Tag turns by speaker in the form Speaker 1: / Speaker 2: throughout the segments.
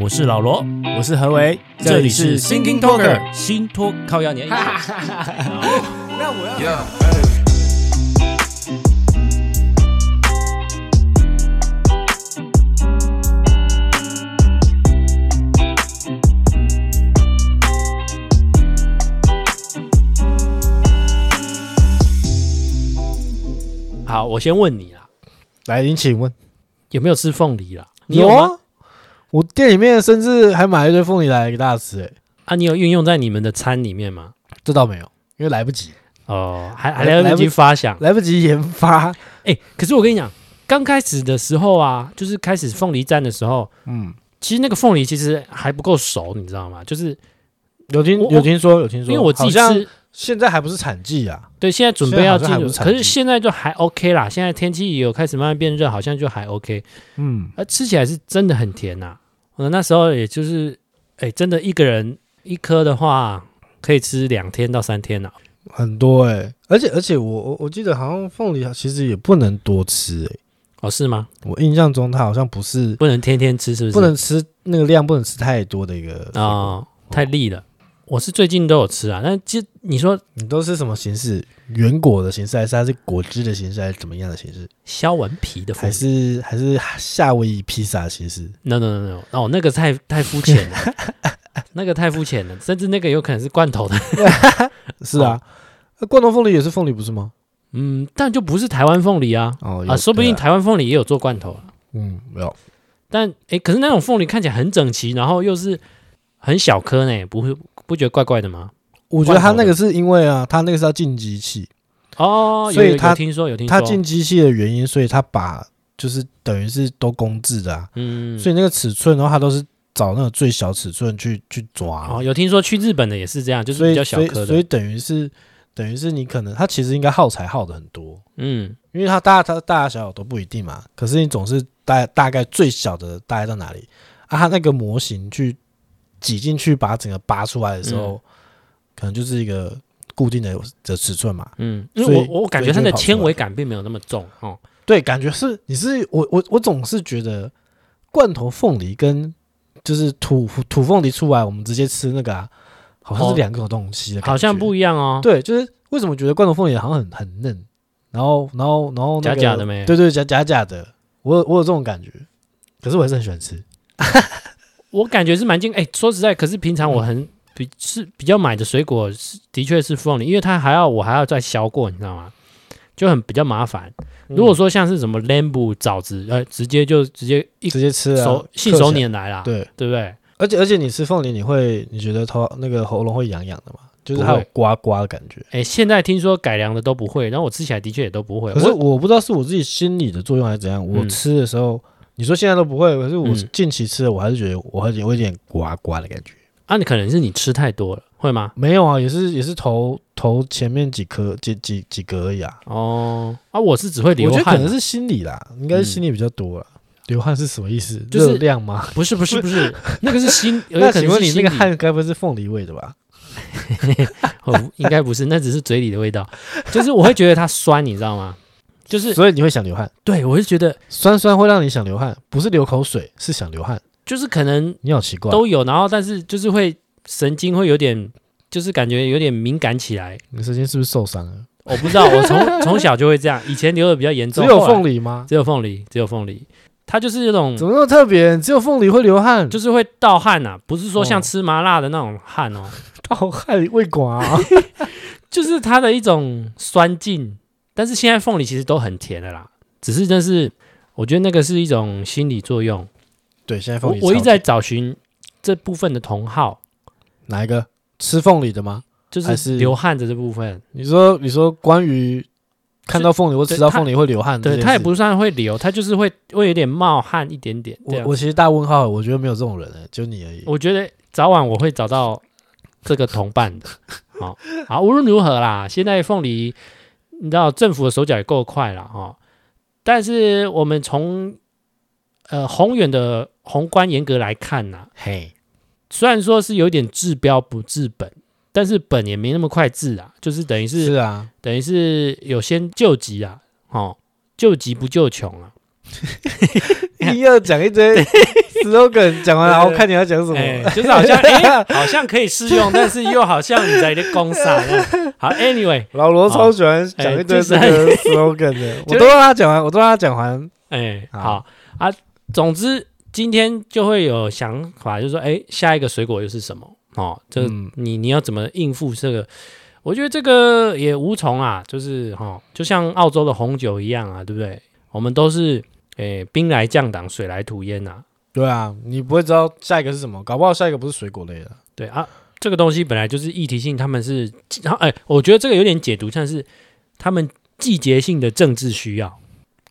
Speaker 1: 我是老罗，
Speaker 2: 我是何为，这里是 Thinking Talker。
Speaker 1: 新托靠压年。
Speaker 2: 那我要
Speaker 3: Yeah,
Speaker 1: 好，我先问你啦，
Speaker 2: 来，您请问，
Speaker 1: 有没有吃凤梨啦？你
Speaker 2: 有
Speaker 1: 吗？
Speaker 2: 啊？我店里面甚至还买了一堆凤梨来给大家吃、欸，
Speaker 1: 啊，你有运用在你们的餐里面吗？
Speaker 2: 这倒没有，因为来不及，
Speaker 1: 哦，还还
Speaker 2: 来
Speaker 1: 来
Speaker 2: 来
Speaker 1: 不
Speaker 2: 不
Speaker 1: 及
Speaker 2: 及
Speaker 1: 发想。
Speaker 2: 来不及研发。
Speaker 1: 哎、可是我跟你讲，刚开始的时候啊，就是开始凤梨蘸的时候，
Speaker 2: 嗯，
Speaker 1: 其实那个凤梨其实还不够熟，你知道吗？就是
Speaker 2: 有听
Speaker 1: 我我
Speaker 2: 有听说有听
Speaker 1: 因
Speaker 2: 说，
Speaker 1: 为我自己
Speaker 2: 好像
Speaker 1: 吃，
Speaker 2: 现在还不是产季啊。
Speaker 1: 对，现在准备要进
Speaker 2: 现在好像还
Speaker 1: 入，
Speaker 2: 不是产
Speaker 1: 可
Speaker 2: 季
Speaker 1: 是现在就还 OK 啦。现在天气也有开始慢慢变热，好像就还 OK，
Speaker 2: 嗯，
Speaker 1: 而吃起来是真的很甜呐、我那时候也就是，哎、真的一个人一颗的话，可以吃两天到三天啊了、
Speaker 2: 很多哎、而且而且我我我记得好像凤梨其实也不能多吃哎、
Speaker 1: 哦，是吗？
Speaker 2: 我印象中它好像不是
Speaker 1: 不能天天吃，是不是？
Speaker 2: 不能吃那个量不能吃太多的一个
Speaker 1: 啊、太腻了。我是最近都有吃啊，但其你说
Speaker 2: 你都是什么形式？原果的形式，还是它是果汁的形式，还是怎么样的形式？
Speaker 1: 削完皮的凤
Speaker 2: 还
Speaker 1: 梨
Speaker 2: 是还是夏威夷披萨的形 式？
Speaker 1: ？No No No No，哦，那个太太肤浅了， 那个太肤浅了，甚至那个有可能是罐头的，
Speaker 2: 是啊，那罐头凤梨也是凤梨不是吗？
Speaker 1: 嗯，但就不是台湾凤梨啊，
Speaker 2: 哦
Speaker 1: 啊，说不定
Speaker 2: 它
Speaker 1: 台湾凤梨也有做罐头啊、
Speaker 2: 嗯没有
Speaker 1: 但诶，可是那种凤梨看起来很整齐，然后又是很小颗呢，不会不觉得怪怪的吗？
Speaker 2: 我觉得它那
Speaker 1: 罐头
Speaker 2: 个
Speaker 1: 的
Speaker 2: 是因为啊，它那个是要进机器，
Speaker 1: 哦，有
Speaker 2: 所以
Speaker 1: 有有
Speaker 2: 它
Speaker 1: 听说有听说，
Speaker 2: 它进机器的原因，所以它把就是等于是都公制的啊，
Speaker 1: 嗯，
Speaker 2: 所以那个尺寸的话，它都是找那个最小尺寸去去抓
Speaker 1: 哦，有听说去日本的也是这样，就是
Speaker 2: 所
Speaker 1: 比
Speaker 2: 以
Speaker 1: 较小
Speaker 2: 所以
Speaker 1: 颗
Speaker 2: 所以
Speaker 1: 的，
Speaker 2: 等于是等于是你可能它其实应该耗材耗的很多，
Speaker 1: 嗯，
Speaker 2: 因为它大它大大小小都不一定嘛，可是你总是大大概最小的大概到哪里啊？它那个模型去挤进去把它整个拔出来的时
Speaker 1: 嗯
Speaker 2: 候，可能就是一个固定的的尺寸嘛。
Speaker 1: 嗯，因
Speaker 2: 所
Speaker 1: 为
Speaker 2: 以
Speaker 1: 我我感觉它
Speaker 2: 所以就
Speaker 1: 的
Speaker 2: 会跑出来
Speaker 1: 纤维感并没有那么重哦，
Speaker 2: 对，感觉是你是我我我总是觉得罐头凤梨跟就是土土凤梨出来，我们直接吃那个、啊，好像
Speaker 1: 哦
Speaker 2: 是两个东西的感觉
Speaker 1: 好像不一样哦，
Speaker 2: 对，就是为什么觉得罐头凤梨好像很很嫩，然后然后然后、那
Speaker 1: 假
Speaker 2: 个、
Speaker 1: 假的没
Speaker 2: 对对，假假假的，我有我有这种感觉，可是我还是很喜欢吃。
Speaker 1: 我感觉是蛮近，诶，说实在，可是平常
Speaker 2: 嗯
Speaker 1: 我很比是比较买的水果是的确是凤梨，因为它还要我还要再削过，你知道吗？就很比较麻烦。嗯
Speaker 2: 嗯
Speaker 1: 如果说像是什么 lamb 枣子，呃，直接就直接一
Speaker 2: 直接吃啊，
Speaker 1: 手信
Speaker 2: 刻
Speaker 1: 手
Speaker 2: 起来，
Speaker 1: 拈来啦，
Speaker 2: 对，
Speaker 1: 对不对？
Speaker 2: 而且而且你吃凤梨，你会你觉得头那个喉咙会痒痒的吗？就是
Speaker 1: 不
Speaker 2: 它有
Speaker 1: 会
Speaker 2: 刮刮的感觉。
Speaker 1: 哎，现在听说改良的都不会，然后我吃起来的确也都不会。
Speaker 2: 可是
Speaker 1: 我
Speaker 2: 我不知道是我自己心理的作用还是怎样，我
Speaker 1: 嗯
Speaker 2: 吃的时候，你说现在都不会，可是我
Speaker 1: 嗯
Speaker 2: 近期吃的，我还是觉得我还有有一点刮刮的感觉。
Speaker 1: 啊，你可能是你吃太多了，会吗？
Speaker 2: 没有啊，也是也是头头前面几颗几几几格而已啊。
Speaker 1: 哦，啊，我是只会流
Speaker 2: 我觉得可
Speaker 1: 汗
Speaker 2: 能
Speaker 1: 啊，嗯
Speaker 2: 是心理啦，应该是心理比较多啦。流汗是什么意思？
Speaker 1: 就是
Speaker 2: 热量吗？
Speaker 1: 不是不是不是，那个是 心，有
Speaker 2: 那
Speaker 1: 可
Speaker 2: 请
Speaker 1: 能
Speaker 2: 问
Speaker 1: 是
Speaker 2: 你
Speaker 1: 心
Speaker 2: 那
Speaker 1: 理
Speaker 2: 个，汗该不会是凤梨味的吧？
Speaker 1: 哦应该不是，那只是嘴里的味道，就是我会觉得它酸，你知道吗？就是
Speaker 2: 所以你会想流汗，
Speaker 1: 对我就觉得
Speaker 2: 酸酸会让你想流汗，不是流口水，是想流汗。
Speaker 1: 就是可能
Speaker 2: 你好奇怪，
Speaker 1: 都有，然后但是就是会神经会有点，就是感觉有点敏感起来。
Speaker 2: 你神经是不是受伤了？
Speaker 1: 我不知道，我从 从小就会这样，以前流的比较严
Speaker 2: 只
Speaker 1: 重，
Speaker 2: 有
Speaker 1: 后来
Speaker 2: 凤梨吗？
Speaker 1: 只有凤梨，只有凤梨，它就是有种
Speaker 2: 怎么那么特别？只有凤梨会流汗，
Speaker 1: 就是会盗汗呐、不是说像
Speaker 2: 哦
Speaker 1: 吃麻辣的那种汗哦，
Speaker 2: 盗汗未寡、 啊。
Speaker 1: 就是它的一种酸劲。但是现在凤梨其实都很甜的啦，只是真是我觉得那个是一种心理作用。
Speaker 2: 对，现在
Speaker 1: 我
Speaker 2: 凤梨
Speaker 1: 我一直
Speaker 2: 超
Speaker 1: 在找寻这部分的同好，
Speaker 2: 哪一个吃凤梨的吗？
Speaker 1: 就
Speaker 2: 还
Speaker 1: 是
Speaker 2: 是
Speaker 1: 流汗的这部分。
Speaker 2: 你说你说关于看到凤梨或
Speaker 1: 对
Speaker 2: 吃到
Speaker 1: 它
Speaker 2: 凤梨会流汗这
Speaker 1: 对，
Speaker 2: 件事，
Speaker 1: 它也不算会流，它就是会会有点冒汗一点点这
Speaker 2: 我
Speaker 1: 样。
Speaker 2: 我其实大问号，我觉得没有这种人、欸，就你而已。
Speaker 1: 啊我觉得早晚我会找到这个同伴的。好，好，无论如何啦，现在凤梨，你知道政府的手脚也够快了哈、哦。但是我们从呃宏远的宏观严格来看呐、
Speaker 2: 嘿，
Speaker 1: 虽然说是有点治标不治本，但是本也没那么快治啊，就是等于是
Speaker 2: 是啊，
Speaker 1: 等于是有先救急啊，哦，救急不救穷啊。
Speaker 2: 硬要讲一堆 slogan 讲完了，
Speaker 1: 对
Speaker 2: 我看你要讲什
Speaker 1: 哎
Speaker 2: 么。
Speaker 1: 就是好像哎、好像可以适用，但是又好像你在那攻 杀。好，anyway，
Speaker 2: 老罗超喜欢讲一堆这
Speaker 1: 哎
Speaker 2: 个 slogan 的，
Speaker 1: 就
Speaker 2: 我都让他讲完，我都让他讲完。
Speaker 1: 哎、好
Speaker 2: 好
Speaker 1: 啊，总之今天就会有想法，就是说，哎、下一个水果又是什么？哦，就是
Speaker 2: 嗯
Speaker 1: 你你要怎么应付这个？我觉得这个也无从啊，就是哈、哦，就像澳洲的红酒一样啊，对不对？我们都是诶兵来将挡，水来土掩呐、
Speaker 2: 对啊，你不会知道下一个是什么，搞不好下一个不是水果类的。
Speaker 1: 对啊，这个东西本来就是议题性，他们是，然后哎，我觉得这个有点解读像是他们季节性的政治需要，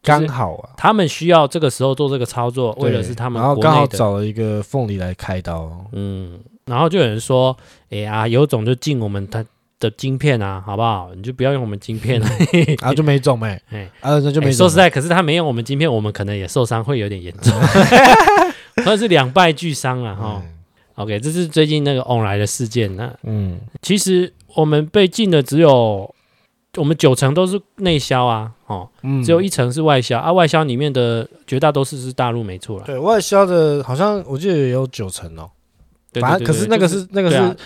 Speaker 2: 刚好啊，
Speaker 1: 他们需要这个时候做这个操作，为了
Speaker 2: 对
Speaker 1: 是他们
Speaker 2: 然后
Speaker 1: 国
Speaker 2: 刚好
Speaker 1: 内的，
Speaker 2: 找了一个凤梨来开刀，
Speaker 1: 嗯，然后就有人说，哎啊，有种就进我们他的晶片啊，好不好？你就不要用我们晶片了、
Speaker 2: 然后就没种没，
Speaker 1: 哎
Speaker 2: 啊 那就
Speaker 1: 哎
Speaker 2: 没
Speaker 1: 说
Speaker 2: 种
Speaker 1: 实。在，可是他没用我们晶片，我们可能也受伤，会有点严 重，算是两败俱伤
Speaker 2: 嗯
Speaker 1: 了哈。OK，这是最近那个 on 来的事件，那
Speaker 2: 嗯，
Speaker 1: 其实我们被禁的只有我们九成都是内销啊，哦，
Speaker 2: 嗯
Speaker 1: 只有一成是外销、啊，外销里面的绝大多数是大陆没错啦。
Speaker 2: 对外销的，好像我记得也有九成哦。
Speaker 1: 对
Speaker 2: 反正
Speaker 1: 对对
Speaker 2: 可是那个
Speaker 1: 就是
Speaker 2: 那个
Speaker 1: 对啊
Speaker 2: 是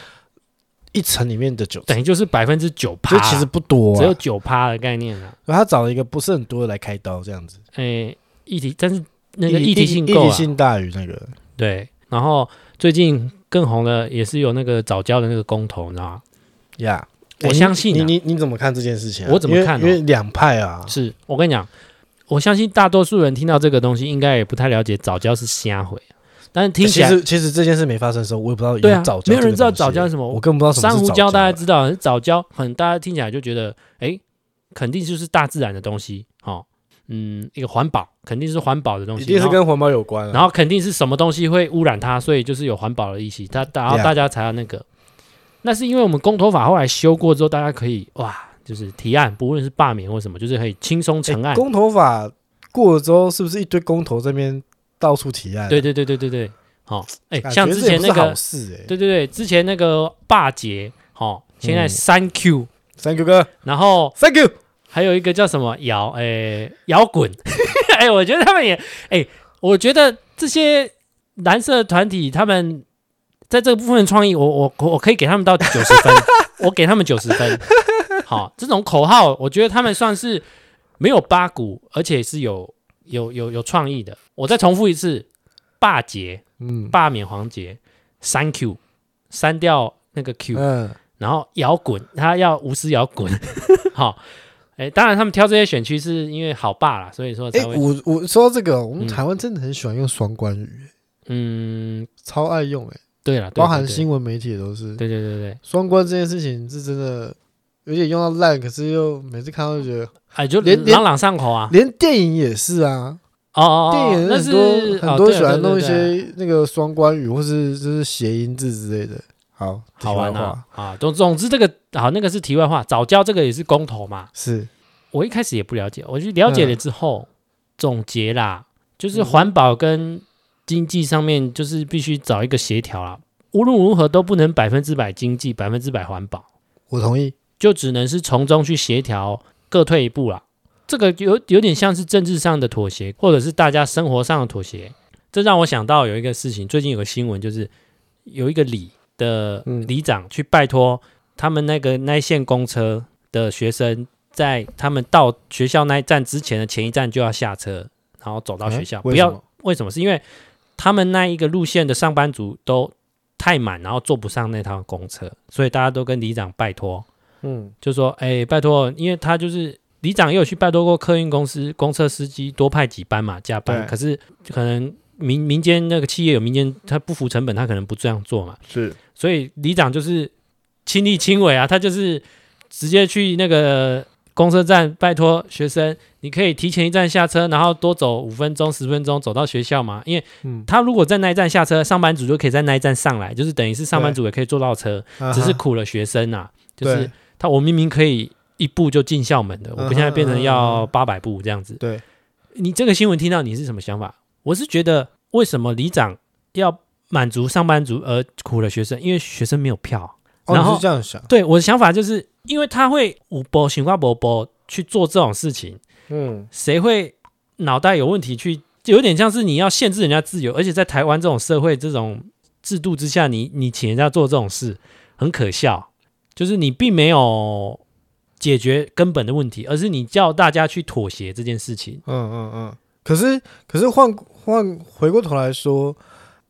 Speaker 2: 一层里面的九
Speaker 1: 等
Speaker 2: 成，
Speaker 1: 于就是百分之九趴
Speaker 2: 这
Speaker 1: 啦，
Speaker 2: 其实不多
Speaker 1: 只有
Speaker 2: 啊。
Speaker 1: 九趴的概念啊。
Speaker 2: 他找了一个不是很多的来开刀这样子，
Speaker 1: 诶，议题，但是那个
Speaker 2: 议
Speaker 1: 议题性
Speaker 2: 议
Speaker 1: 够啊
Speaker 2: 题
Speaker 1: 了，
Speaker 2: 性大于那个，
Speaker 1: 对。然后最近更红的也是有那个早教的那个公投，你知道吗？
Speaker 2: 呀、
Speaker 1: 我相信啊
Speaker 2: 哎你你你怎么看这件事情啊、
Speaker 1: 我怎么看哦
Speaker 2: 因为因为两派啊，
Speaker 1: 是我跟你讲，我相信大多数人听到这个东西，应该也不太了解早教是瞎回，但是听起来
Speaker 2: 其实其实这件事没发生的时候，我也不知道
Speaker 1: 对啊
Speaker 2: 有早教
Speaker 1: 没有人
Speaker 2: 这
Speaker 1: 知道
Speaker 2: 个东西
Speaker 1: 早教是什么
Speaker 2: 我根本不知道什么
Speaker 1: 珊瑚
Speaker 2: 是早
Speaker 1: 礁
Speaker 2: 教啊
Speaker 1: 大家知道，早礁很大家听起来就觉得，哎，肯定就是大自然的东西，哦，嗯，一个环保肯定是环保的东西，
Speaker 2: 一定是
Speaker 1: 然后
Speaker 2: 跟环保有关、啊。
Speaker 1: 然后肯定是什么东西会污染它，所以就是有环保的意识，它然后
Speaker 2: Yeah
Speaker 1: 大家才要那个。那是因为我们公投法后来修过之后，大家可以哇，就是提案，不论是罢免或什么，就是可以轻松成案。
Speaker 2: 哎公投法过了之后，是不是一堆公投这边到处提案、啊
Speaker 1: 对，对对对对对，好、哦，哎，
Speaker 2: 感觉
Speaker 1: 像之前那
Speaker 2: 这也不是好
Speaker 1: 个，
Speaker 2: 事哎、
Speaker 1: 对对对，之前那个霸杰，哦，现在
Speaker 2: 嗯
Speaker 1: 三 Q，、
Speaker 2: ，Thank you 哥
Speaker 1: 然后
Speaker 2: ，Thank you。
Speaker 1: 还有一个叫什么摇诶摇滚， 哎，我觉得他们也哎、我觉得这些蓝色团体他们在这个部分的创意，我我我可以给他们到九十分，我给他们九十分。好，这种口号，我觉得他们算是没有八股，而且是有有有有创意的。我再重复一次，霸杰
Speaker 2: 嗯
Speaker 1: 罢免黄杰，删 Q 删掉那个 Q，
Speaker 2: 嗯，
Speaker 1: 然后摇滚，他要无私摇 滚，好，哎，当然他们挑这些选区是因为好霸啦，所以说
Speaker 2: 哎、
Speaker 1: 才会，
Speaker 2: 我我说到这个，我
Speaker 1: 嗯
Speaker 2: 们台湾真的很喜欢用双关语、
Speaker 1: 嗯，
Speaker 2: 超爱用哎、
Speaker 1: 对了，对
Speaker 2: 包含
Speaker 1: 对对
Speaker 2: 新闻媒体也都是
Speaker 1: 对对对对，
Speaker 2: 双关这件事情是真的。有点用到烂，可是又每次看到就觉得，
Speaker 1: 哎，就
Speaker 2: 连连
Speaker 1: 朗朗上口啊，
Speaker 2: 连电影也是啊，
Speaker 1: 哦哦，哦
Speaker 2: 电影
Speaker 1: 那
Speaker 2: 很多、
Speaker 1: 是
Speaker 2: 很多喜欢弄一，
Speaker 1: 哦对啊对对对对
Speaker 2: 些那个双关语，或是就是谐音字之类的。好，
Speaker 1: 好玩
Speaker 2: 题外话
Speaker 1: 啊，啊，总总之这个好，那个是题外话，早教这个也是公投嘛，
Speaker 2: 是
Speaker 1: 我一开始也不了解，我去了解了之后、总结啦，就是环保跟经济上面就是必须找一个协调啦，无论如何都不能百分之百经济，百分之百环保。
Speaker 2: 我同意，
Speaker 1: 就只能是从中去协调，各退一步啦。这个有有点像是政治上的妥协，或者是大家生活上的妥协。这让我想到有一个事情，最近有个新闻，就是有一个里的
Speaker 2: 嗯
Speaker 1: 里长去拜托他们那个那一线公车的学生，在他们到学校那一站之前的前一站就要下车，然后走到学校，
Speaker 2: 嗯
Speaker 1: 不
Speaker 2: 为什
Speaker 1: 要
Speaker 2: 么
Speaker 1: 为什么？是因为他们那一个路线的上班族都太满，然后坐不上那趟公车，所以大家都跟里长拜托，
Speaker 2: 嗯，
Speaker 1: 就说：“哎、拜托，因为他就是里长也有去拜托过客运公司公车司机多派几班嘛，加班。
Speaker 2: 对
Speaker 1: 可是可能民民间那个企业有民间，他不服成本，他可能不这样做嘛。
Speaker 2: 是
Speaker 1: 所以里长就是亲力亲为啊，他就是直接去那个公车站拜托学生，你可以提前一站下车，然后多走五分钟、十分钟走到学校嘛。因为
Speaker 2: 嗯，
Speaker 1: 他如果在那一站下车，上班族就可以在那一站上来，就是等于是上班族也可以坐到车，只是
Speaker 2: 啊哈
Speaker 1: 苦了学生啊，就是。
Speaker 2: 对
Speaker 1: 他我明明可以一步就进校门的，我
Speaker 2: 嗯
Speaker 1: 不
Speaker 2: 哼
Speaker 1: 现在变成要
Speaker 2: 嗯
Speaker 1: 八百步这样子。
Speaker 2: 对，
Speaker 1: 你这个新闻听到你是什么想法？我是觉得为什么里长要满足上班族而苦了学生，因为学生没有票。
Speaker 2: 哦，
Speaker 1: 然后
Speaker 2: 你是这样想，
Speaker 1: 对我的想法就是，因为他会五波行花波波去做这种事情，
Speaker 2: 嗯，
Speaker 1: 谁会脑袋有问题去有点像是你要限制人家自由，而且在台湾这种社会这种制度之下，你你请人家做这种事很可笑，就是你并没有解决根本的问题，而是你叫大家去妥协这件事情。
Speaker 2: 嗯嗯嗯。可是可是换换回过头来说，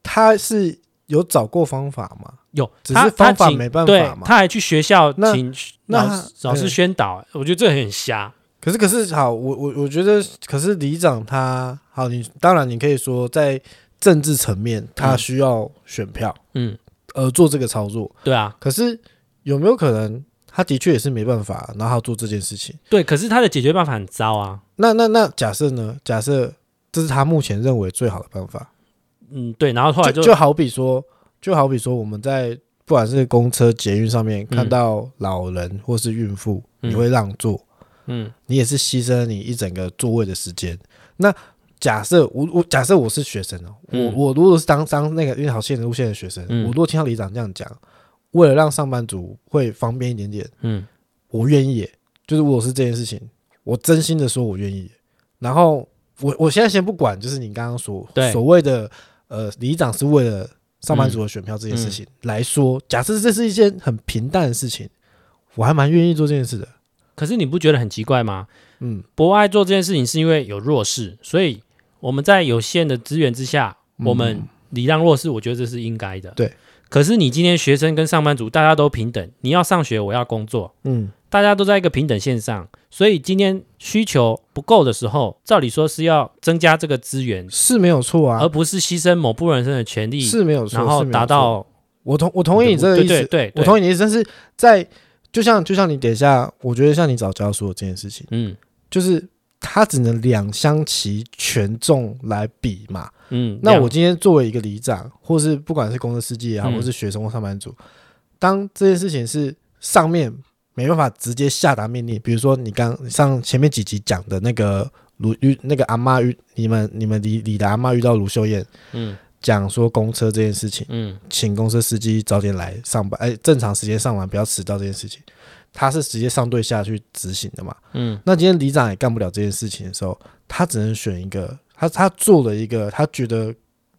Speaker 2: 他是有找过方法嘛？
Speaker 1: 有，
Speaker 2: 只
Speaker 1: 他
Speaker 2: 是方法
Speaker 1: 他请
Speaker 2: 没办
Speaker 1: 对
Speaker 2: 法嘛
Speaker 1: 他还去学校
Speaker 2: 那
Speaker 1: 请
Speaker 2: 那
Speaker 1: 老
Speaker 2: 他
Speaker 1: 师老师
Speaker 2: 嗯
Speaker 1: 宣导，我觉得这很瞎。
Speaker 2: 可是可是好，我我我觉得，可是里长他好，你当然你可以说在政治层面他
Speaker 1: 嗯
Speaker 2: 需要选票，
Speaker 1: 嗯，
Speaker 2: 呃，做这个操作。
Speaker 1: 对啊，
Speaker 2: 可是有没有可能他的确也是没办法，然后他做这件事情？
Speaker 1: 对，可是他的解决办法很糟啊。
Speaker 2: 那那那假设呢？假设这是他目前认为最好的办法，
Speaker 1: 嗯，对，然后后来
Speaker 2: 就
Speaker 1: 就
Speaker 2: 就好比说，就好比说我们在不管是公车、捷运上面
Speaker 1: 嗯
Speaker 2: 看到老人或是孕妇，
Speaker 1: 嗯
Speaker 2: 你会让座，
Speaker 1: 嗯
Speaker 2: 你也是牺牲了你一整个座位的时间。那假设我我假设我是学生哦、
Speaker 1: 嗯
Speaker 2: 我我如果是当当那个运好线路线的学生，
Speaker 1: 嗯
Speaker 2: 我如果听到里长这样讲，为了让上班族会方便一点点，
Speaker 1: 嗯
Speaker 2: 我愿意耶，就是我是这件事情，我真心的说我愿意。然后我我现在先不管，就是你刚刚所
Speaker 1: 对嗯
Speaker 2: 所谓的呃，里长是为了上班族的选票这件事情、来说，假设这是一件很平淡的事情，我还蛮愿意做这件事的。
Speaker 1: 可是你不觉得很奇怪吗？
Speaker 2: 嗯
Speaker 1: 博爱做这件事情是因为有弱势，所以我们在有限的资源之下，
Speaker 2: 嗯
Speaker 1: 我们礼让弱势，我觉得这是应该的。
Speaker 2: 对。
Speaker 1: 可是你今天学生跟上班族大家都平等，你要上学，我要工作，
Speaker 2: 嗯
Speaker 1: 大家都在一个平等线上，所以今天需求不够的时候，照理说是要增加这个资源，
Speaker 2: 是没有错啊
Speaker 1: 而，不是牺牲某部分人的权利，
Speaker 2: 是没有错，
Speaker 1: 然后
Speaker 2: 是没有
Speaker 1: 达
Speaker 2: 错
Speaker 1: 到
Speaker 2: 我同我同意你这个
Speaker 1: 对
Speaker 2: 意
Speaker 1: 对
Speaker 2: 思，
Speaker 1: 对，对
Speaker 2: 我同意你的意思，但是在就像就像你等一下，我觉得像你早教说的这件事情，
Speaker 1: 嗯
Speaker 2: 就是它只能两相其权重来比嘛。
Speaker 1: 嗯，
Speaker 2: 那
Speaker 1: 两
Speaker 2: 我今天作为一个里长，或是不管是公车司机也好，
Speaker 1: 嗯
Speaker 2: 或是学生或上班族，当这件事情是上面没办法直接下达命令，比如说你刚上前面几集讲的那个卢遇那个阿妈遇你们你们李李的阿妈遇到卢秀燕
Speaker 1: 嗯
Speaker 2: 讲说公车这件事情，
Speaker 1: 嗯
Speaker 2: 请公车司机早点来上班，哎、正常时间上班不要迟到这件事情，他是直接上对下去执行的嘛。
Speaker 1: 嗯
Speaker 2: 那今天里长也干不了这件事情的时候，他只能选一个，他他做了一个他觉得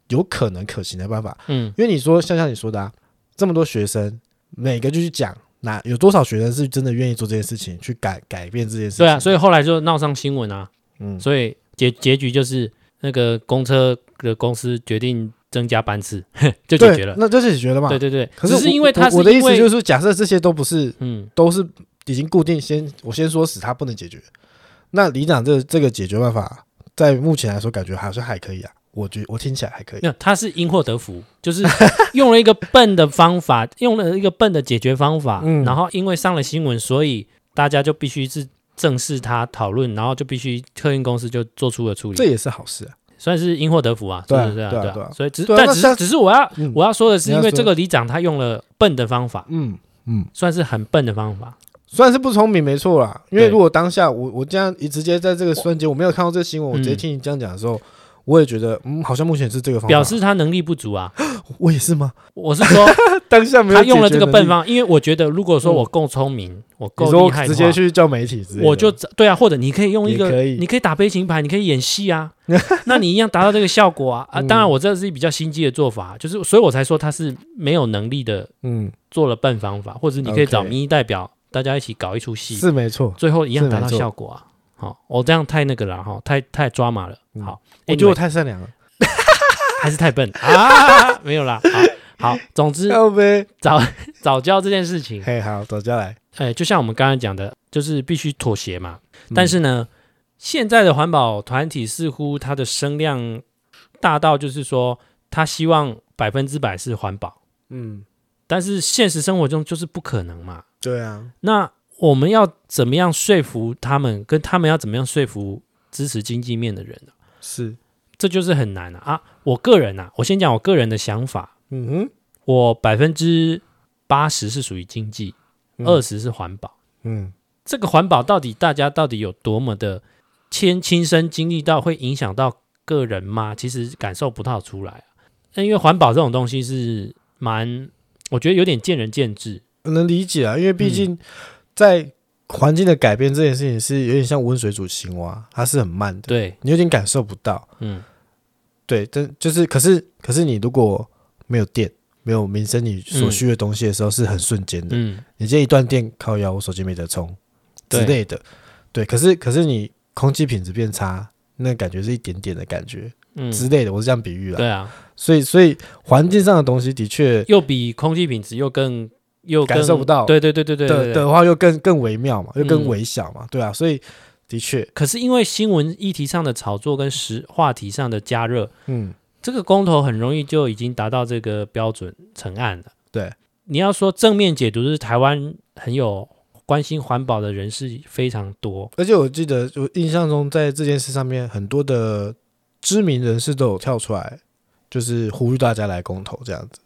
Speaker 2: 有可能可行的办法。
Speaker 1: 嗯
Speaker 2: 因为你说像像你说的、啊，这么多学生，每个就去讲，哪有多少学生是真的愿意做这件事情，去改改变这件事情？
Speaker 1: 对啊，所以后来就闹上新闻啊，
Speaker 2: 嗯，
Speaker 1: 所以结结局就是那个公车的公司决定增加班次， 就解
Speaker 2: 对
Speaker 1: 决了。
Speaker 2: 那这是解决了嘛？
Speaker 1: 对对对，
Speaker 2: 可
Speaker 1: 只
Speaker 2: 我
Speaker 1: 是因为他
Speaker 2: 我我的意
Speaker 1: 因
Speaker 2: 思
Speaker 1: 为
Speaker 2: 就是说，假设这些都不是
Speaker 1: 嗯
Speaker 2: 都是已经固定先，我先说死，他不能解决。那里长这这个解决办法，在目前来说，感觉好像还可以啊。我觉我听起来还可以
Speaker 1: 没。有，他是因祸得福，就是用了一个笨的方法， 用了一个笨的解决方法，
Speaker 2: 嗯
Speaker 1: 然后因为上了新闻，所以大家就必须是正视他讨论，然后就必须客运公司就做出了处
Speaker 2: 这
Speaker 1: 理，
Speaker 2: 也是好事啊。
Speaker 1: 算是因祸得福啊，是
Speaker 2: 对啊
Speaker 1: 不是啊？
Speaker 2: 对啊
Speaker 1: 对
Speaker 2: 对啊
Speaker 1: 啊，所以只
Speaker 2: 对啊
Speaker 1: 但
Speaker 2: 那
Speaker 1: 只
Speaker 2: 像
Speaker 1: 是只是我要
Speaker 2: 嗯
Speaker 1: 我要说的是，
Speaker 2: 你要
Speaker 1: 因为
Speaker 2: 说
Speaker 1: 这个里长他用了笨的方法，
Speaker 2: 嗯嗯，
Speaker 1: 算是很笨的方法，
Speaker 2: 虽然是不聪明，没错啦。因为
Speaker 1: 对
Speaker 2: 如果当下我我这样一直接在这个瞬间，我没有看到这个新闻，我直接
Speaker 1: 嗯
Speaker 2: 听你这样讲的时候，我也觉得嗯，好像目前是这个方法。
Speaker 1: 表示他能力不足啊。
Speaker 2: 我也是吗？
Speaker 1: 我是说，
Speaker 2: 当下 没有
Speaker 1: 他用了
Speaker 2: 解
Speaker 1: 这
Speaker 2: 决
Speaker 1: 个
Speaker 2: 能
Speaker 1: 笨
Speaker 2: 力，嗯
Speaker 1: 方法，因为我觉得如果说我够聪明，我
Speaker 2: 你
Speaker 1: 够
Speaker 2: 说
Speaker 1: 厉
Speaker 2: 我
Speaker 1: 害的话，
Speaker 2: 直接去叫媒体之类的，
Speaker 1: 我就对啊，或者你可以用一
Speaker 2: 也
Speaker 1: 个，
Speaker 2: 可以
Speaker 1: 你可以打悲情牌，你可以演戏 啊，那你一样达到这个效果啊啊！
Speaker 2: 嗯
Speaker 1: 当然，我这是比较心机的做法，就是所以我才说他是没有能力的
Speaker 2: 嗯，
Speaker 1: 做了笨方法，或者你可以找
Speaker 2: OK
Speaker 1: 民意代表大家一起搞一出戏，
Speaker 2: 是没错。
Speaker 1: 最后一样达到
Speaker 2: 是没错
Speaker 1: 效果啊！好，我这样太那个了哈，太太抓马了。
Speaker 2: 嗯
Speaker 1: 好，
Speaker 2: 我觉得我太善良了，
Speaker 1: 还是太笨啊，没有啦。好，好，总之
Speaker 2: 要呗。
Speaker 1: 早早教这件事情，
Speaker 2: 嘿，好，走下来。
Speaker 1: 哎，就像我们刚才讲的，就是必须妥协嘛。
Speaker 2: 嗯
Speaker 1: 但是呢，现在的环保团体似乎它的声量大到，就是说他希望百分之百是环保，
Speaker 2: 嗯，
Speaker 1: 但是现实生活中就是不可能嘛。
Speaker 2: 对啊，
Speaker 1: 那我们要怎么样说服他们，跟他们要怎么样说服支持经济面的人呢、
Speaker 2: 是，
Speaker 1: 这就是很难啊！啊我个人啊，我先讲我个人的想法，
Speaker 2: 嗯哼。
Speaker 1: 我百分之八十是属于经济，
Speaker 2: 嗯
Speaker 1: 二十是环保。
Speaker 2: 嗯
Speaker 1: 这个环保到底大家到底有多么的亲亲身经历到，会影响到个人吗？其实感受不到出来、啊。那因为环保这种东西是蛮，我觉得有点见仁见智。
Speaker 2: 能理解啊，因为毕
Speaker 1: 嗯
Speaker 2: 竟在环境的改变这件事情是有点像温水煮青蛙，它是很慢的，
Speaker 1: 对，
Speaker 2: 你有点感受不到。
Speaker 1: 嗯
Speaker 2: 对，但就是可是可是你如果没有电，没有民生你所需的东西的时候，是很瞬间的。
Speaker 1: 嗯，
Speaker 2: 你这一断电靠腰，我手机没得充之
Speaker 1: 对
Speaker 2: 类的，对。可是可是你空气品质变差，那感觉是一点点的感觉
Speaker 1: 嗯，
Speaker 2: 之类的，我是这样比喻啦。
Speaker 1: 对啊，
Speaker 2: 所以所以环境上的东西的确
Speaker 1: 又比空气品质又更又更
Speaker 2: 感受不到
Speaker 1: 对对对对对
Speaker 2: 的
Speaker 1: 对对。
Speaker 2: 的话又更更微妙嘛，又更
Speaker 1: 嗯
Speaker 2: 微小嘛，对啊。所以的确，
Speaker 1: 可是因为新闻议题上的炒作跟时话题上的加热，
Speaker 2: 嗯，
Speaker 1: 这个公投很容易就已经达到这个标准成案了。
Speaker 2: 对，
Speaker 1: 你要说正面解读，就是台湾很有关心环保的人士非常多。
Speaker 2: 而且我记得，我印象中在这件事上面，很多的知名人士都有跳出来，就是呼吁大家来公投这样子。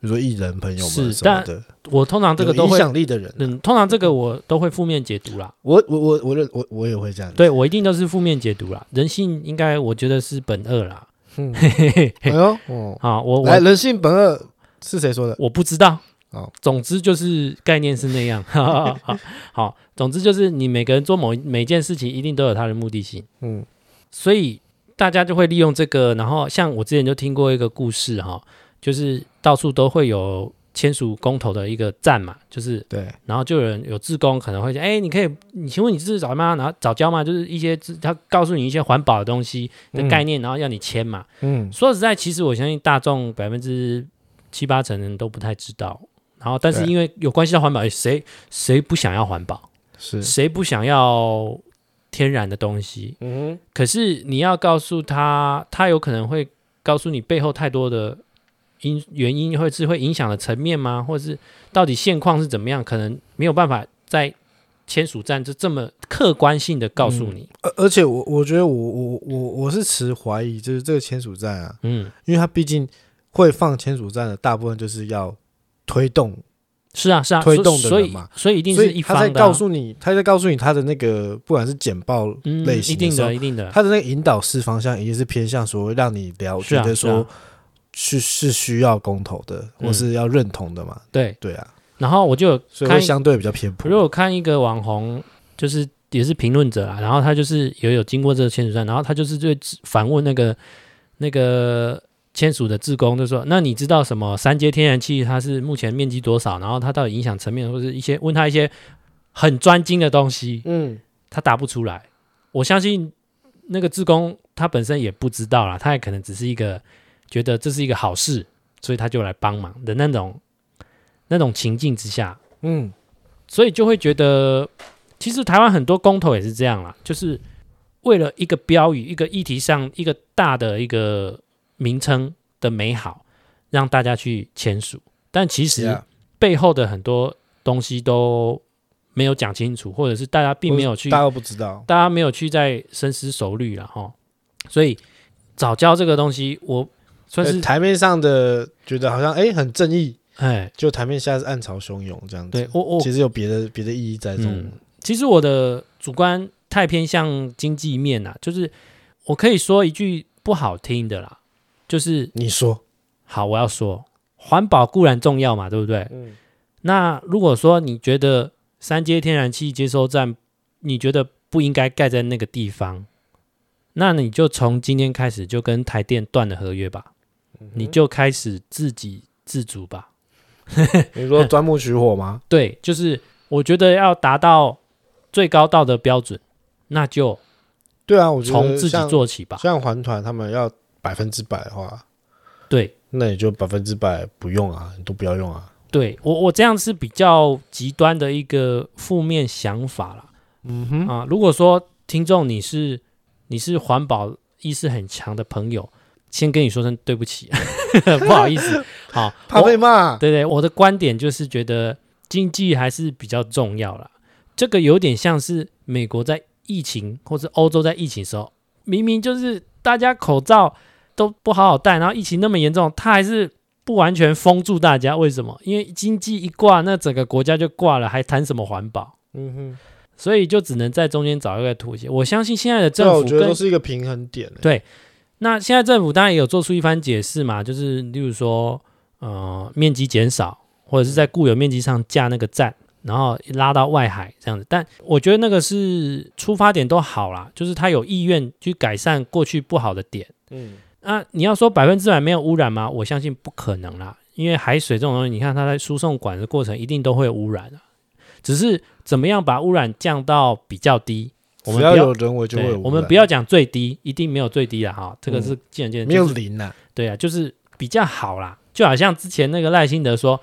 Speaker 2: 比如说艺人朋友们
Speaker 1: 是
Speaker 2: 什么的，
Speaker 1: 我通常这个
Speaker 2: 有
Speaker 1: 都
Speaker 2: 影
Speaker 1: 会，
Speaker 2: 响力的人，
Speaker 1: 嗯，通常这个我都会负面解读啦。
Speaker 2: 我我我我认我我也会这样。
Speaker 1: 对我一定都是负面解读啦。人性应该我觉得是本恶啦。
Speaker 2: 嗯
Speaker 1: 嘿嘿嘿嘿
Speaker 2: 哎呦，哦，
Speaker 1: 啊，我
Speaker 2: 来，
Speaker 1: 我
Speaker 2: 人性本恶是谁说的？
Speaker 1: 我不知道
Speaker 2: 哦。
Speaker 1: 总之就是概念是那 样。 好，总之就是你每个人做某一每件事情，一定都有他的目的性。
Speaker 2: 嗯
Speaker 1: 所以大家就会利用这个，然后像我之前就听过一个故事哈、就是到处都会有签署公投的一个站嘛，就是
Speaker 2: 对，
Speaker 1: 然后就有人有志工可能会讲，哎，你可以，你请问你是早吗？然后早教吗？就是一些自他告诉你一些环保的东西的概念，然后要你签嘛。
Speaker 2: 嗯，
Speaker 1: 说实在，其实我相信大众百分之七八成人都不太知道。然后，但是
Speaker 2: 对
Speaker 1: 因为有关系到环保，哎谁谁不想要环保？
Speaker 2: 是，
Speaker 1: 谁不想要天然的东西？
Speaker 2: 嗯
Speaker 1: 可是你要告诉他，他有可能会告诉你背后太多的因原因，或者是会影响的层面吗？或者是到底现况是怎么样？可能没有办法在签署站就这么客观性的告诉你。
Speaker 2: 而而且我我觉得我我我我是持怀疑，就是这个签署站啊，
Speaker 1: 嗯，
Speaker 2: 因为它毕竟会放签署站的大部分就是要推动
Speaker 1: 是啊，是啊，
Speaker 2: 推
Speaker 1: 所
Speaker 2: 动的人
Speaker 1: 所以
Speaker 2: 嘛
Speaker 1: 所以一定
Speaker 2: 所
Speaker 1: 是
Speaker 2: 以
Speaker 1: 一
Speaker 2: 他
Speaker 1: 方的啊、
Speaker 2: 在告诉你，他在告诉你他的那个不管是简报
Speaker 1: 嗯
Speaker 2: 类
Speaker 1: 一
Speaker 2: 型
Speaker 1: 定
Speaker 2: 时候
Speaker 1: 的，一定的，
Speaker 2: 他的那个引导式方向一定是偏向说让你了
Speaker 1: 是
Speaker 2: 觉
Speaker 1: 啊
Speaker 2: 得
Speaker 1: 是啊
Speaker 2: 说是是需要公投的，
Speaker 1: 嗯
Speaker 2: 或是要认同的嘛，
Speaker 1: 对。
Speaker 2: 对啊，
Speaker 1: 然后我就有
Speaker 2: 所以
Speaker 1: 看
Speaker 2: 会
Speaker 1: 一
Speaker 2: 相对比较偏
Speaker 1: 我就
Speaker 2: 颇。
Speaker 1: 有看一个网红，就是也是评论者啊，然后他就是也有经过这个签署站，然后他就是就反问那个那个签署的志工，就说：“那你知道什么三阶天然气它是目前面积多少？然后它到底影响层面，或是一些问他一些很专精的东西，
Speaker 2: 嗯，
Speaker 1: 他答不出来。我相信那个志工他本身也不知道啦，他也可能只是一个觉得这是一个好事，所以他就来帮忙的那种那种情境之下，
Speaker 2: 嗯，
Speaker 1: 所以就会觉得，其实台湾很多公投也是这样啦，就是为了一个标语、一个议题上一个大的一个名称的美好，让大家去签署，但其实
Speaker 2: 啊，
Speaker 1: 背后的很多东西都没有讲清楚，或者是大家并没有去
Speaker 2: 大家都不知道。
Speaker 1: 大家没有去再深思熟虑了哈。所以早教这个东西，我算
Speaker 2: 但
Speaker 1: 是
Speaker 2: 是台面上的觉得好像哎、很正义，
Speaker 1: 哎，
Speaker 2: 就台面下是暗潮汹涌这样子。
Speaker 1: 对我我
Speaker 2: 其实有别的别的意义在中。
Speaker 1: 嗯其实我的主观太偏向经济面啦、就是我可以说一句不好听的啦，就是
Speaker 2: 你说，
Speaker 1: 好，我要说环保固然重要嘛，对不对？
Speaker 2: 嗯
Speaker 1: 那如果说你觉得三阶天然气接收站，你觉得不应该盖在那个地方，那你就从今天开始就跟台电断了合约吧。你就开始自给自足吧。
Speaker 2: 你说钻木取火吗？
Speaker 1: 对，就是我觉得要达到最高道德标准，那就
Speaker 2: 对啊，我觉得
Speaker 1: 从自己
Speaker 2: 像
Speaker 1: 做起吧。
Speaker 2: 像环团他们要百分之百的话，
Speaker 1: 对，
Speaker 2: 那你就百分之百不用啊，你都不要用啊。
Speaker 1: 对我我这样是比较极端的一个负面想法啦。
Speaker 2: 嗯哼，
Speaker 1: 啊，如果说听众你是你是环保意识很强的朋友，先跟你说声对不起， 不好意思。好，
Speaker 2: 怕
Speaker 1: 我
Speaker 2: 被骂。
Speaker 1: 对对，我的观点就是觉得经济还是比较重要啦。这个有点像是美国在疫情，或是欧洲在疫情的时候，明明就是大家口罩都不好好戴，然后疫情那么严重，他还是不完全封住大家。为什么？因为经济一挂，那整个国家就挂了，还谈什么环保？
Speaker 2: 嗯哼，
Speaker 1: 所以就只能在中间找一个妥协。我相信现在的
Speaker 2: 这
Speaker 1: 政
Speaker 2: 啊，
Speaker 1: 府
Speaker 2: 我觉得
Speaker 1: 跟
Speaker 2: 都是一个平衡点、欸。
Speaker 1: 对那现在政府当然也有做出一番解释嘛，就是例如说，呃，面积减少，或者是在固有面积上架那个站，然后拉到外海这样子。但我觉得那个是出发点都好啦，就是他有意愿去改善过去不好的点。
Speaker 2: 嗯，
Speaker 1: 那、啊，你要说百分之百没有污染吗？我相信不可能啦，因为海水这种东西，你看它在输送管的过程一定都会有污染啊，只是怎么样把污染降到比较低。我们
Speaker 2: 只
Speaker 1: 不要
Speaker 2: 要有人为就会
Speaker 1: 对
Speaker 2: 有污染，
Speaker 1: 我们不要讲最低，一定没有最低的哈，这个是见仁见智。
Speaker 2: 没有
Speaker 1: 就是
Speaker 2: 零啊，
Speaker 1: 对啊，就是比较好啦。就好像之前那个赖幸德说，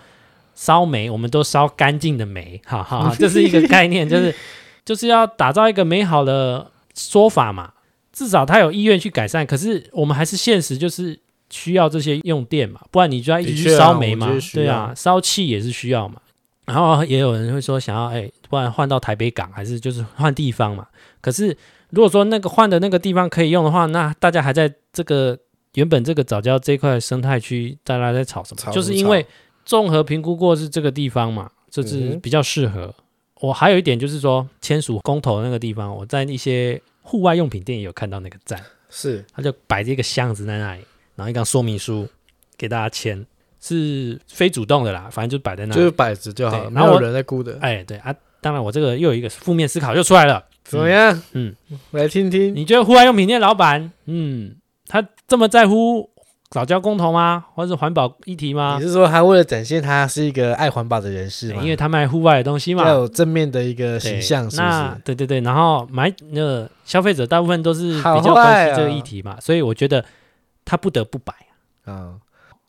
Speaker 1: 烧煤我们都烧干净的煤，哈哈哈，这是一个概念，就是 就是要打造一个美好的说法嘛。至少他有意愿去改善，可是我们还是现实，就是需要这些用电嘛，不然你就要一直去
Speaker 2: 的确啊
Speaker 1: 烧煤嘛
Speaker 2: 我觉得，需
Speaker 1: 对
Speaker 2: 要
Speaker 1: 啊，烧气也是需要嘛。然后也有人会说想要，哎，不然换到台北港，还是就是换地方嘛。可是如果说那个换的那个地方可以用的话，那大家还在这个原本这个早教这块生态区，大家在吵什
Speaker 2: 吵
Speaker 1: 么？
Speaker 2: 不
Speaker 1: 就是因为综合评估过是这个地方嘛，就是
Speaker 2: 嗯
Speaker 1: 比较适合。我还有一点就是说，签署公投那个地方，我在一些户外用品店也有看到那个站，
Speaker 2: 是
Speaker 1: 他就摆着一个箱子在那里，然后一张说明书给大家签，是非主动的啦，反正就摆在那
Speaker 2: 就是
Speaker 1: 里。
Speaker 2: 摆着就好了，
Speaker 1: 对
Speaker 2: 没
Speaker 1: 然后
Speaker 2: 有
Speaker 1: 我
Speaker 2: 人在估的，
Speaker 1: 哎，对啊，当然我这个又有一个负面思考又出来了。
Speaker 2: 怎么样？
Speaker 1: 嗯，
Speaker 2: 来听听，
Speaker 1: 你觉得户外用品店老板，嗯，他这么在乎早教公投吗？或者是环保议题吗
Speaker 2: 你？是说他为了展现他是一个爱环保的人
Speaker 1: 啊
Speaker 2: 士
Speaker 1: 对
Speaker 2: 吗？
Speaker 1: 因为他卖户外的东西嘛，
Speaker 2: 要有正面的一个
Speaker 1: 对
Speaker 2: 形象，是不
Speaker 1: 那
Speaker 2: 是？
Speaker 1: 对对对，然后买那个消费者大部分都是比
Speaker 2: 好
Speaker 1: 较关
Speaker 2: 坏
Speaker 1: 心这个
Speaker 2: 啊
Speaker 1: 议题嘛，所以我觉得他不得不摆。
Speaker 2: 啊，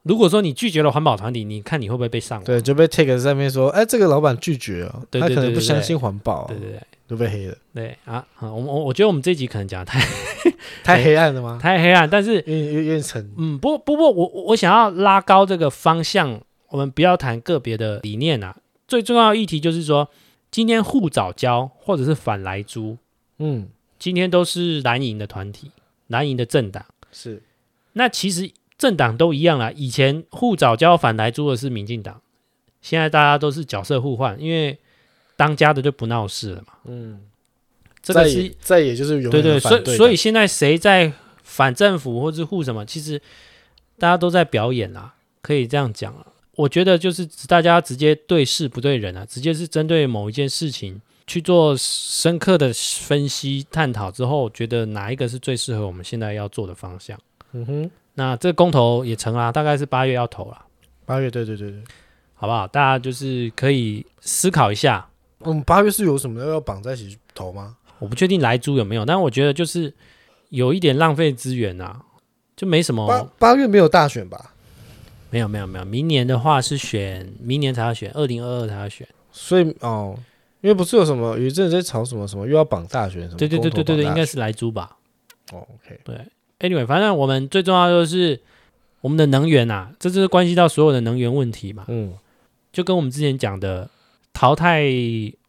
Speaker 1: 如果说你拒绝了环保团体，你看你会不会被上网？
Speaker 2: 对，就被 take 上面说，哎，这个老板拒绝哦，
Speaker 1: 对
Speaker 2: 他
Speaker 1: 对
Speaker 2: 可能
Speaker 1: 对
Speaker 2: 不
Speaker 1: 对
Speaker 2: 相
Speaker 1: 对
Speaker 2: 信环保哦
Speaker 1: 对，对对
Speaker 2: 就被黑了，
Speaker 1: 对啊！好我们我我觉得我们这集可能讲得太
Speaker 2: 太黑暗了吗？
Speaker 1: 太黑暗，但是
Speaker 2: 有点有点沉，
Speaker 1: 嗯，不不过我我我想要拉高这个方向，我们不要谈个别的理念啊，最重要的议题就是说，今天护早教或者是反莱猪，
Speaker 2: 嗯，
Speaker 1: 今天都是蓝营的团体，蓝营的政党。
Speaker 2: 是
Speaker 1: 那其实政党都一样啦，以前护早教反莱猪的是民进党，现在大家都是角色互换，因为当家的就不闹事了嘛。
Speaker 2: 嗯，
Speaker 1: 这个
Speaker 2: 再
Speaker 1: 是
Speaker 2: 也再也就是永
Speaker 1: 对
Speaker 2: 远
Speaker 1: 对，
Speaker 2: 的
Speaker 1: 所
Speaker 2: 反
Speaker 1: 以
Speaker 2: 对
Speaker 1: 所
Speaker 2: 的
Speaker 1: 以现在谁在反政府或是护什么，其实大家都在表演啦，可以这样讲了。我觉得就是大家直接对事不对人啊，直接是针对某一件事情去做深刻的分析探讨之后，觉得哪一个是最适合我们现在要做的方向。
Speaker 2: 嗯哼，
Speaker 1: 那这个公投也成啦，大概是八月要投啦，
Speaker 2: 八月对对对对，
Speaker 1: 好不好？大家就是可以思考一下，
Speaker 2: 我们八月是有什么要绑在一起投吗？
Speaker 1: 我不确定莱猪有没有，但我觉得就是有一点浪费资源啊，就没什
Speaker 2: 八
Speaker 1: 么。
Speaker 2: 八月没有大选吧？
Speaker 1: 没有没有没有，明年的话是选，明年才要选，二零二二才要选。
Speaker 2: 所以哦，因为不是有什么有一阵子在吵什么什么又要绑大选什么，
Speaker 1: 对对对对对对，应该
Speaker 2: 是
Speaker 1: 是莱猪吧。
Speaker 2: 哦，OK，
Speaker 1: Anyway，反正我们最重要的就是我们的能源啊，这就是关系到所有的能源问题嘛。
Speaker 2: 嗯，
Speaker 1: 就跟我们之前讲的，淘汰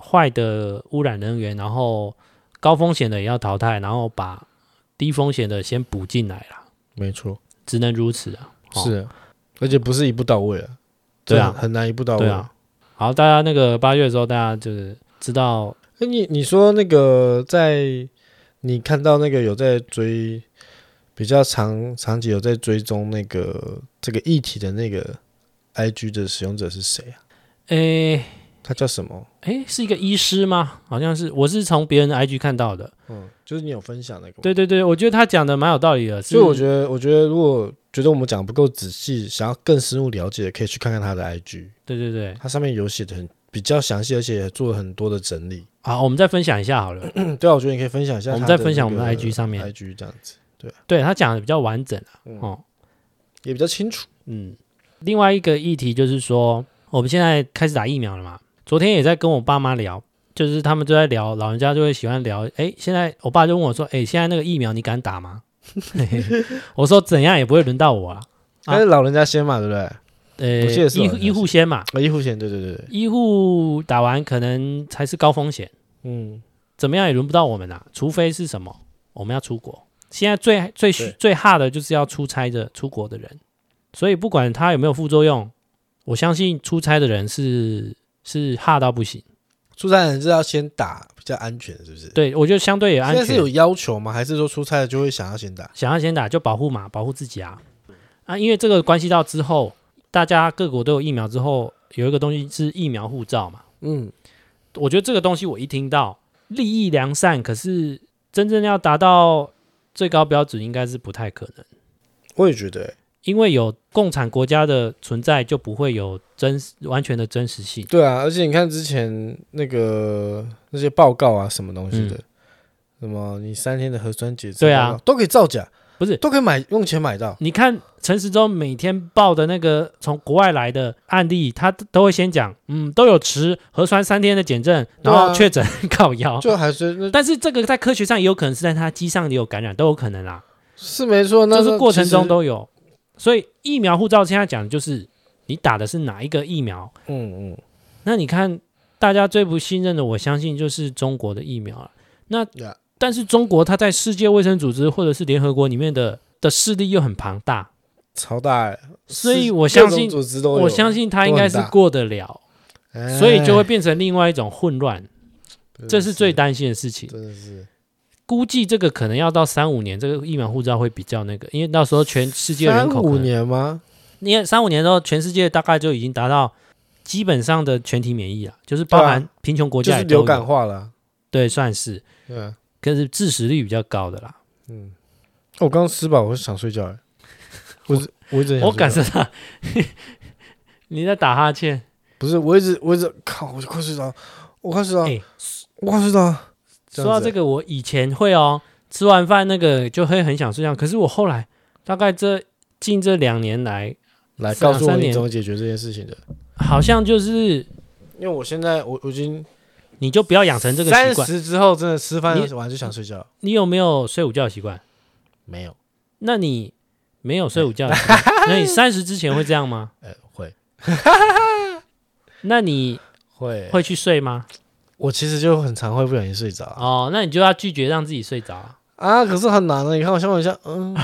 Speaker 1: 坏的污染能源，然后高风险的也要淘汰，然后把低风险的先补进来啦，
Speaker 2: 没错，
Speaker 1: 只能如此啊。哦
Speaker 2: 是啊，而且不是一步到位啊，
Speaker 1: 对啊
Speaker 2: 这很难一步到位
Speaker 1: 对啊。好，大家那个八月的时候，大家就是知道，
Speaker 2: 那你你说那个在你看到那个有在追比较长长期有在追踪那个这个议题的那个 IG 的使用者是谁啊？
Speaker 1: 诶、
Speaker 2: 他叫什么？
Speaker 1: 诶、是一个医师吗？好像是，我是从别人的 IG 看到的。
Speaker 2: 嗯，就是你有分享那个。，
Speaker 1: 对对对，我觉得他讲的蛮有道理的，
Speaker 2: 所以我
Speaker 1: 得
Speaker 2: 觉得，我觉得如果觉得我们讲不够仔细，想要更深入了解，可以去看看他的 IG，
Speaker 1: 对对对。
Speaker 2: 他上面有写的很比较详细，而且也做了很多的整理。
Speaker 1: 好，我们再分享一下好了。
Speaker 2: 嗯，对啊，我觉得你可以分享一下
Speaker 1: 我
Speaker 2: 他的那
Speaker 1: 们
Speaker 2: 个 IG。
Speaker 1: 再分享我们的 IG 上面
Speaker 2: IG 这样子
Speaker 1: 对他讲的比较完整啊。哦，
Speaker 2: 也比较清楚。
Speaker 1: 嗯。另外一个议题就是说，我们现在开始打疫苗了嘛。昨天也在跟我爸妈聊，就是他们就在聊，老人家就会喜欢聊。诶，现在我爸就问我说：“诶，现在那个疫苗你敢打吗？” 我说：“怎样也不会轮到我啊。”啊
Speaker 2: 但是老人家先嘛，对不对？
Speaker 1: 呃，
Speaker 2: 我记得是
Speaker 1: 医
Speaker 2: 好像
Speaker 1: 医护先嘛，
Speaker 2: 啊，医护险，对对对对，
Speaker 1: 医护打完可能才是高风险，
Speaker 2: 嗯，
Speaker 1: 怎么样也轮不到我们啊，除非是什么，我们要出国。现在最最
Speaker 2: 对
Speaker 1: 最怕的就是要出差的出国的人，所以不管他有没有副作用，我相信出差的人是是怕到不行。
Speaker 2: 出差人是要先打比较安全，是不是？，
Speaker 1: 对我觉得相对也安
Speaker 2: 现在
Speaker 1: 全，
Speaker 2: 是有要求吗？还是说出差的就会想要先打？
Speaker 1: 想要先打就保护嘛，保护自己啊啊，因为这个关系到之后，大家各国都有疫苗之后，有一个东西是疫苗护照嘛。
Speaker 2: 嗯，
Speaker 1: 我觉得这个东西我一听到利益良善，可是真正要达到最高标准，应该是不太可能。
Speaker 2: 我也觉得、欸，
Speaker 1: 因为有共产国家的存在，就不会有真实完全的真实性。
Speaker 2: 对啊，而且你看之前那个那些报告啊，什么东西的，什么你三天的核酸检测，
Speaker 1: 嗯对啊，
Speaker 2: 都可以造假，
Speaker 1: 不是
Speaker 2: 都可以买用钱买到。
Speaker 1: 你看陈时中每天报的那个从国外来的案例，他都都会先讲，嗯，都有持核酸三天的检证，
Speaker 2: 对
Speaker 1: 然
Speaker 2: 啊
Speaker 1: 后确诊 靠腰。
Speaker 2: 就还是那
Speaker 1: 嗯但是这个在科学上也有可能是在他机上也有感染，都有可能啦，
Speaker 2: 是没错，那
Speaker 1: 就是过程
Speaker 2: 其实
Speaker 1: 中都有。所以疫苗护照现在讲的就是你打的是哪一个疫苗。
Speaker 2: 嗯嗯
Speaker 1: 那你看大家最不信任的，我相信就是中国的疫苗了。那
Speaker 2: Yeah
Speaker 1: 但是中国它在世界卫生组织或者是联合国里面的的势力又很庞大，
Speaker 2: 超大欸，
Speaker 1: 所以
Speaker 2: 是
Speaker 1: 我相
Speaker 2: 各种
Speaker 1: 信
Speaker 2: 组织都有
Speaker 1: 我相信他应该是
Speaker 2: 都很大
Speaker 1: 过得了，
Speaker 2: 哎
Speaker 1: 所以就会变成另外一种混乱，
Speaker 2: 真的
Speaker 1: 这是最担心的事情。
Speaker 2: 真的是
Speaker 1: 估计这个可能要到三五年，这个疫苗护照会比较那个，因为到时候全世界人
Speaker 2: 三
Speaker 1: 口可
Speaker 2: 五
Speaker 1: 能，
Speaker 2: 年吗？
Speaker 1: 因为三五年之后，全世界大概就已经达到基本上的全体免疫了，就是包
Speaker 2: 对啊
Speaker 1: 含贫穷国
Speaker 2: 就
Speaker 1: 家也
Speaker 2: 是
Speaker 1: 都有
Speaker 2: 流感，化了啊，
Speaker 1: 对，算是，
Speaker 2: 对啊。
Speaker 1: 可是致死率比较高的啦。
Speaker 2: 嗯，我刚刚吃饱，我想睡觉欸。 我一直我一直很想
Speaker 1: 我感
Speaker 2: 睡觉
Speaker 1: 受到 你在打哈欠。
Speaker 2: 不是，我一直我一直靠，我就快睡着了，我快睡着了，
Speaker 1: 哎
Speaker 2: 我快睡着了。
Speaker 1: 说到这
Speaker 2: 个，
Speaker 1: 个，我以前会哦，吃完饭那个就会很想睡觉，可是我后来大概这近这两年来，
Speaker 2: 来
Speaker 1: 三
Speaker 2: 告诉我
Speaker 1: 三
Speaker 2: 你
Speaker 1: 年
Speaker 2: 怎么解决这件事情的，
Speaker 1: 好像就是
Speaker 2: 因为我现在我我已经
Speaker 1: 你就不要养成这个习
Speaker 2: 三
Speaker 1: 惯。
Speaker 2: 十之后，真的吃饭
Speaker 1: 你
Speaker 2: 完就想睡觉了，
Speaker 1: 你有没有睡午觉的习惯？
Speaker 2: 没有，
Speaker 1: 那你没有睡午觉的习 惯，那你三十之前会这样吗？
Speaker 2: 呃，会
Speaker 1: 那你
Speaker 2: 会
Speaker 1: 会去睡吗？
Speaker 2: 我其实就很常会不小心睡着啊，
Speaker 1: 哦，那你就要拒绝让自己睡着啊。
Speaker 2: 啊可是很难的，你看我像我一下， 嗯，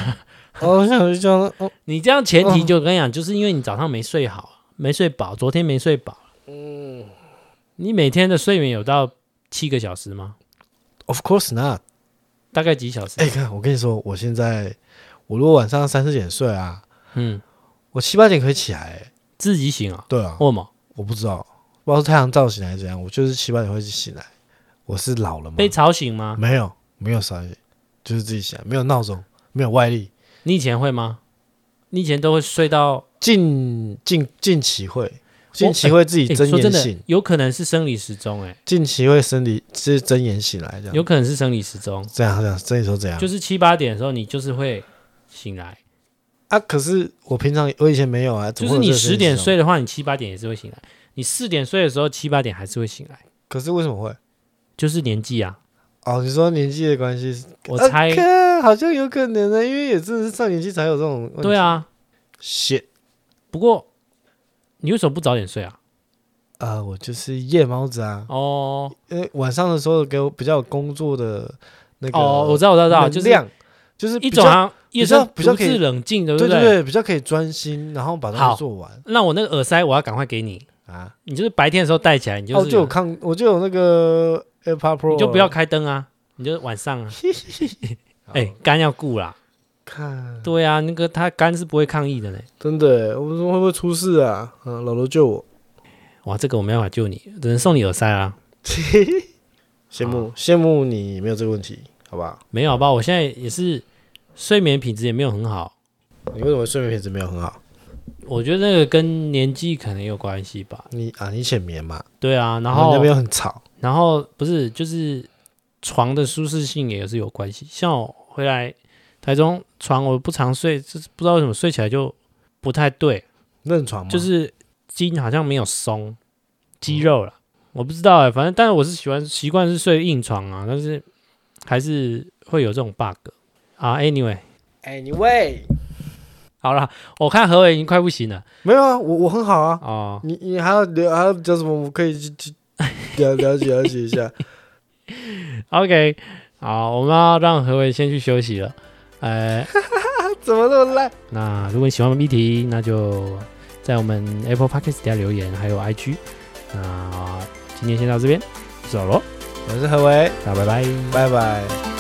Speaker 2: 哦，我想睡觉了，哦，
Speaker 1: 你这样前提就跟你讲，就是因为你早上没睡好，没睡饱，昨天没睡饱。嗯，你每天的睡眠有到七个小时吗？
Speaker 2: Of course not。
Speaker 1: 大概几小时？
Speaker 2: 哎、看我跟你说，我现在我如果晚上三四点睡啊，
Speaker 1: 嗯，
Speaker 2: 我七八点可以起来、欸。
Speaker 1: 自己醒啊、
Speaker 2: 对啊，
Speaker 1: 为什么？
Speaker 2: 我不知道，不知道是太阳照醒还是怎样，我就是七八点会醒来。我是老了吗？
Speaker 1: 被吵醒吗？
Speaker 2: 没有，没有啥，就是自己醒来，没有闹钟，没有外力。
Speaker 1: 你以前会吗？你以前都会睡到
Speaker 2: 近近近期会，近期会自己
Speaker 1: 诶
Speaker 2: 睁
Speaker 1: 哦哎说
Speaker 2: 眼
Speaker 1: 真的
Speaker 2: 醒，，
Speaker 1: 有可能是生理时钟、欸，
Speaker 2: 近期会生理是睁眼醒来这
Speaker 1: 有
Speaker 2: 样。
Speaker 1: 可能是生理时钟，
Speaker 2: 这样这样，这你说怎样？
Speaker 1: 就是七八点的时候你就是会醒来，
Speaker 2: 啊，可是我平常我以前没有啊，怎
Speaker 1: 就
Speaker 2: 么
Speaker 1: 是
Speaker 2: 会
Speaker 1: 你
Speaker 2: 有这个生
Speaker 1: 十
Speaker 2: 理
Speaker 1: 点
Speaker 2: 时钟，
Speaker 1: 睡的话，你七八点也是会醒来；你四点睡的时候，七八点还是会醒来，
Speaker 2: 可是为什么会？
Speaker 1: 就是年纪啊，
Speaker 2: 哦，你说年纪的关系是
Speaker 1: 我猜，
Speaker 2: 看好像有可能啊呢，因为也真的是上年纪才有这种问题。
Speaker 1: 对啊。
Speaker 2: ，shit
Speaker 1: 不过你为什么不早点睡啊？
Speaker 2: 啊、我就是夜猫子啊，
Speaker 1: 哦
Speaker 2: 因为晚上的时候给我比较有工作的那个
Speaker 1: 哦，我知道，我知道，我知道，就是
Speaker 2: 量，就是
Speaker 1: 一
Speaker 2: 比较
Speaker 1: 种好像夜深
Speaker 2: 比较
Speaker 1: 独
Speaker 2: 比较可
Speaker 1: 自
Speaker 2: 以
Speaker 1: 冷静，对不
Speaker 2: 对对
Speaker 1: 对？
Speaker 2: 对，比较可以专心，然后把东
Speaker 1: 好
Speaker 2: 西做完
Speaker 1: 那我那个耳塞我要赶快给你，
Speaker 2: 啊。
Speaker 1: 你就是白天的时候戴起来，你就
Speaker 2: 哦，
Speaker 1: 是
Speaker 2: 我就有看，我就有那个 AirPod Pro，
Speaker 1: 你就不要开灯啊，你就晚上啊，
Speaker 2: 好
Speaker 1: 哎，肝要顾啦。
Speaker 2: 看，
Speaker 1: 对啊，那个他肝是不会抗议的呢。
Speaker 2: 真的，我说会不会出事啊？嗯，老罗救我，
Speaker 1: 哇，这个我没办法救你，只能送你耳塞啊。
Speaker 2: 羡慕羡慕你没有这个问题，好吧？
Speaker 1: 没有吧？我现在也是睡眠品质也没有很好，
Speaker 2: 你为什么睡眠品质没有很好？
Speaker 1: 我觉得那个跟年纪可能有关系吧。
Speaker 2: 你啊，你浅眠嘛，
Speaker 1: 对啊，然
Speaker 2: 哦那
Speaker 1: 后
Speaker 2: 边又很吵。
Speaker 1: 然后不是就是床的舒适性也是有关系。像我回来台中床，我不常睡，就是不知道为什么睡起来就不太对，
Speaker 2: 认床吗？
Speaker 1: 就是筋好像没有松，肌肉了，我不知道哎、反正但是我是喜欢习惯是睡硬床啊，但是还是会有这种 bug 啊。Anyway，
Speaker 2: 哎 anyway，
Speaker 1: 好了，我看何伟已经快不行了
Speaker 2: 没有啊，我我很好啊。
Speaker 1: 哦。
Speaker 2: 你你还要聊还要讲什么？我可以去去了了解了解一下。
Speaker 1: OK，好，我们要让何伟先去休息了。呃，
Speaker 2: 怎么那么烂？
Speaker 1: 那如果你喜欢我们议题，那就在我们 Apple Podcast 底下留言，还有 IG。那今天先到这边，走喽，
Speaker 2: 我是何为，
Speaker 1: 大家拜拜。
Speaker 2: 拜拜。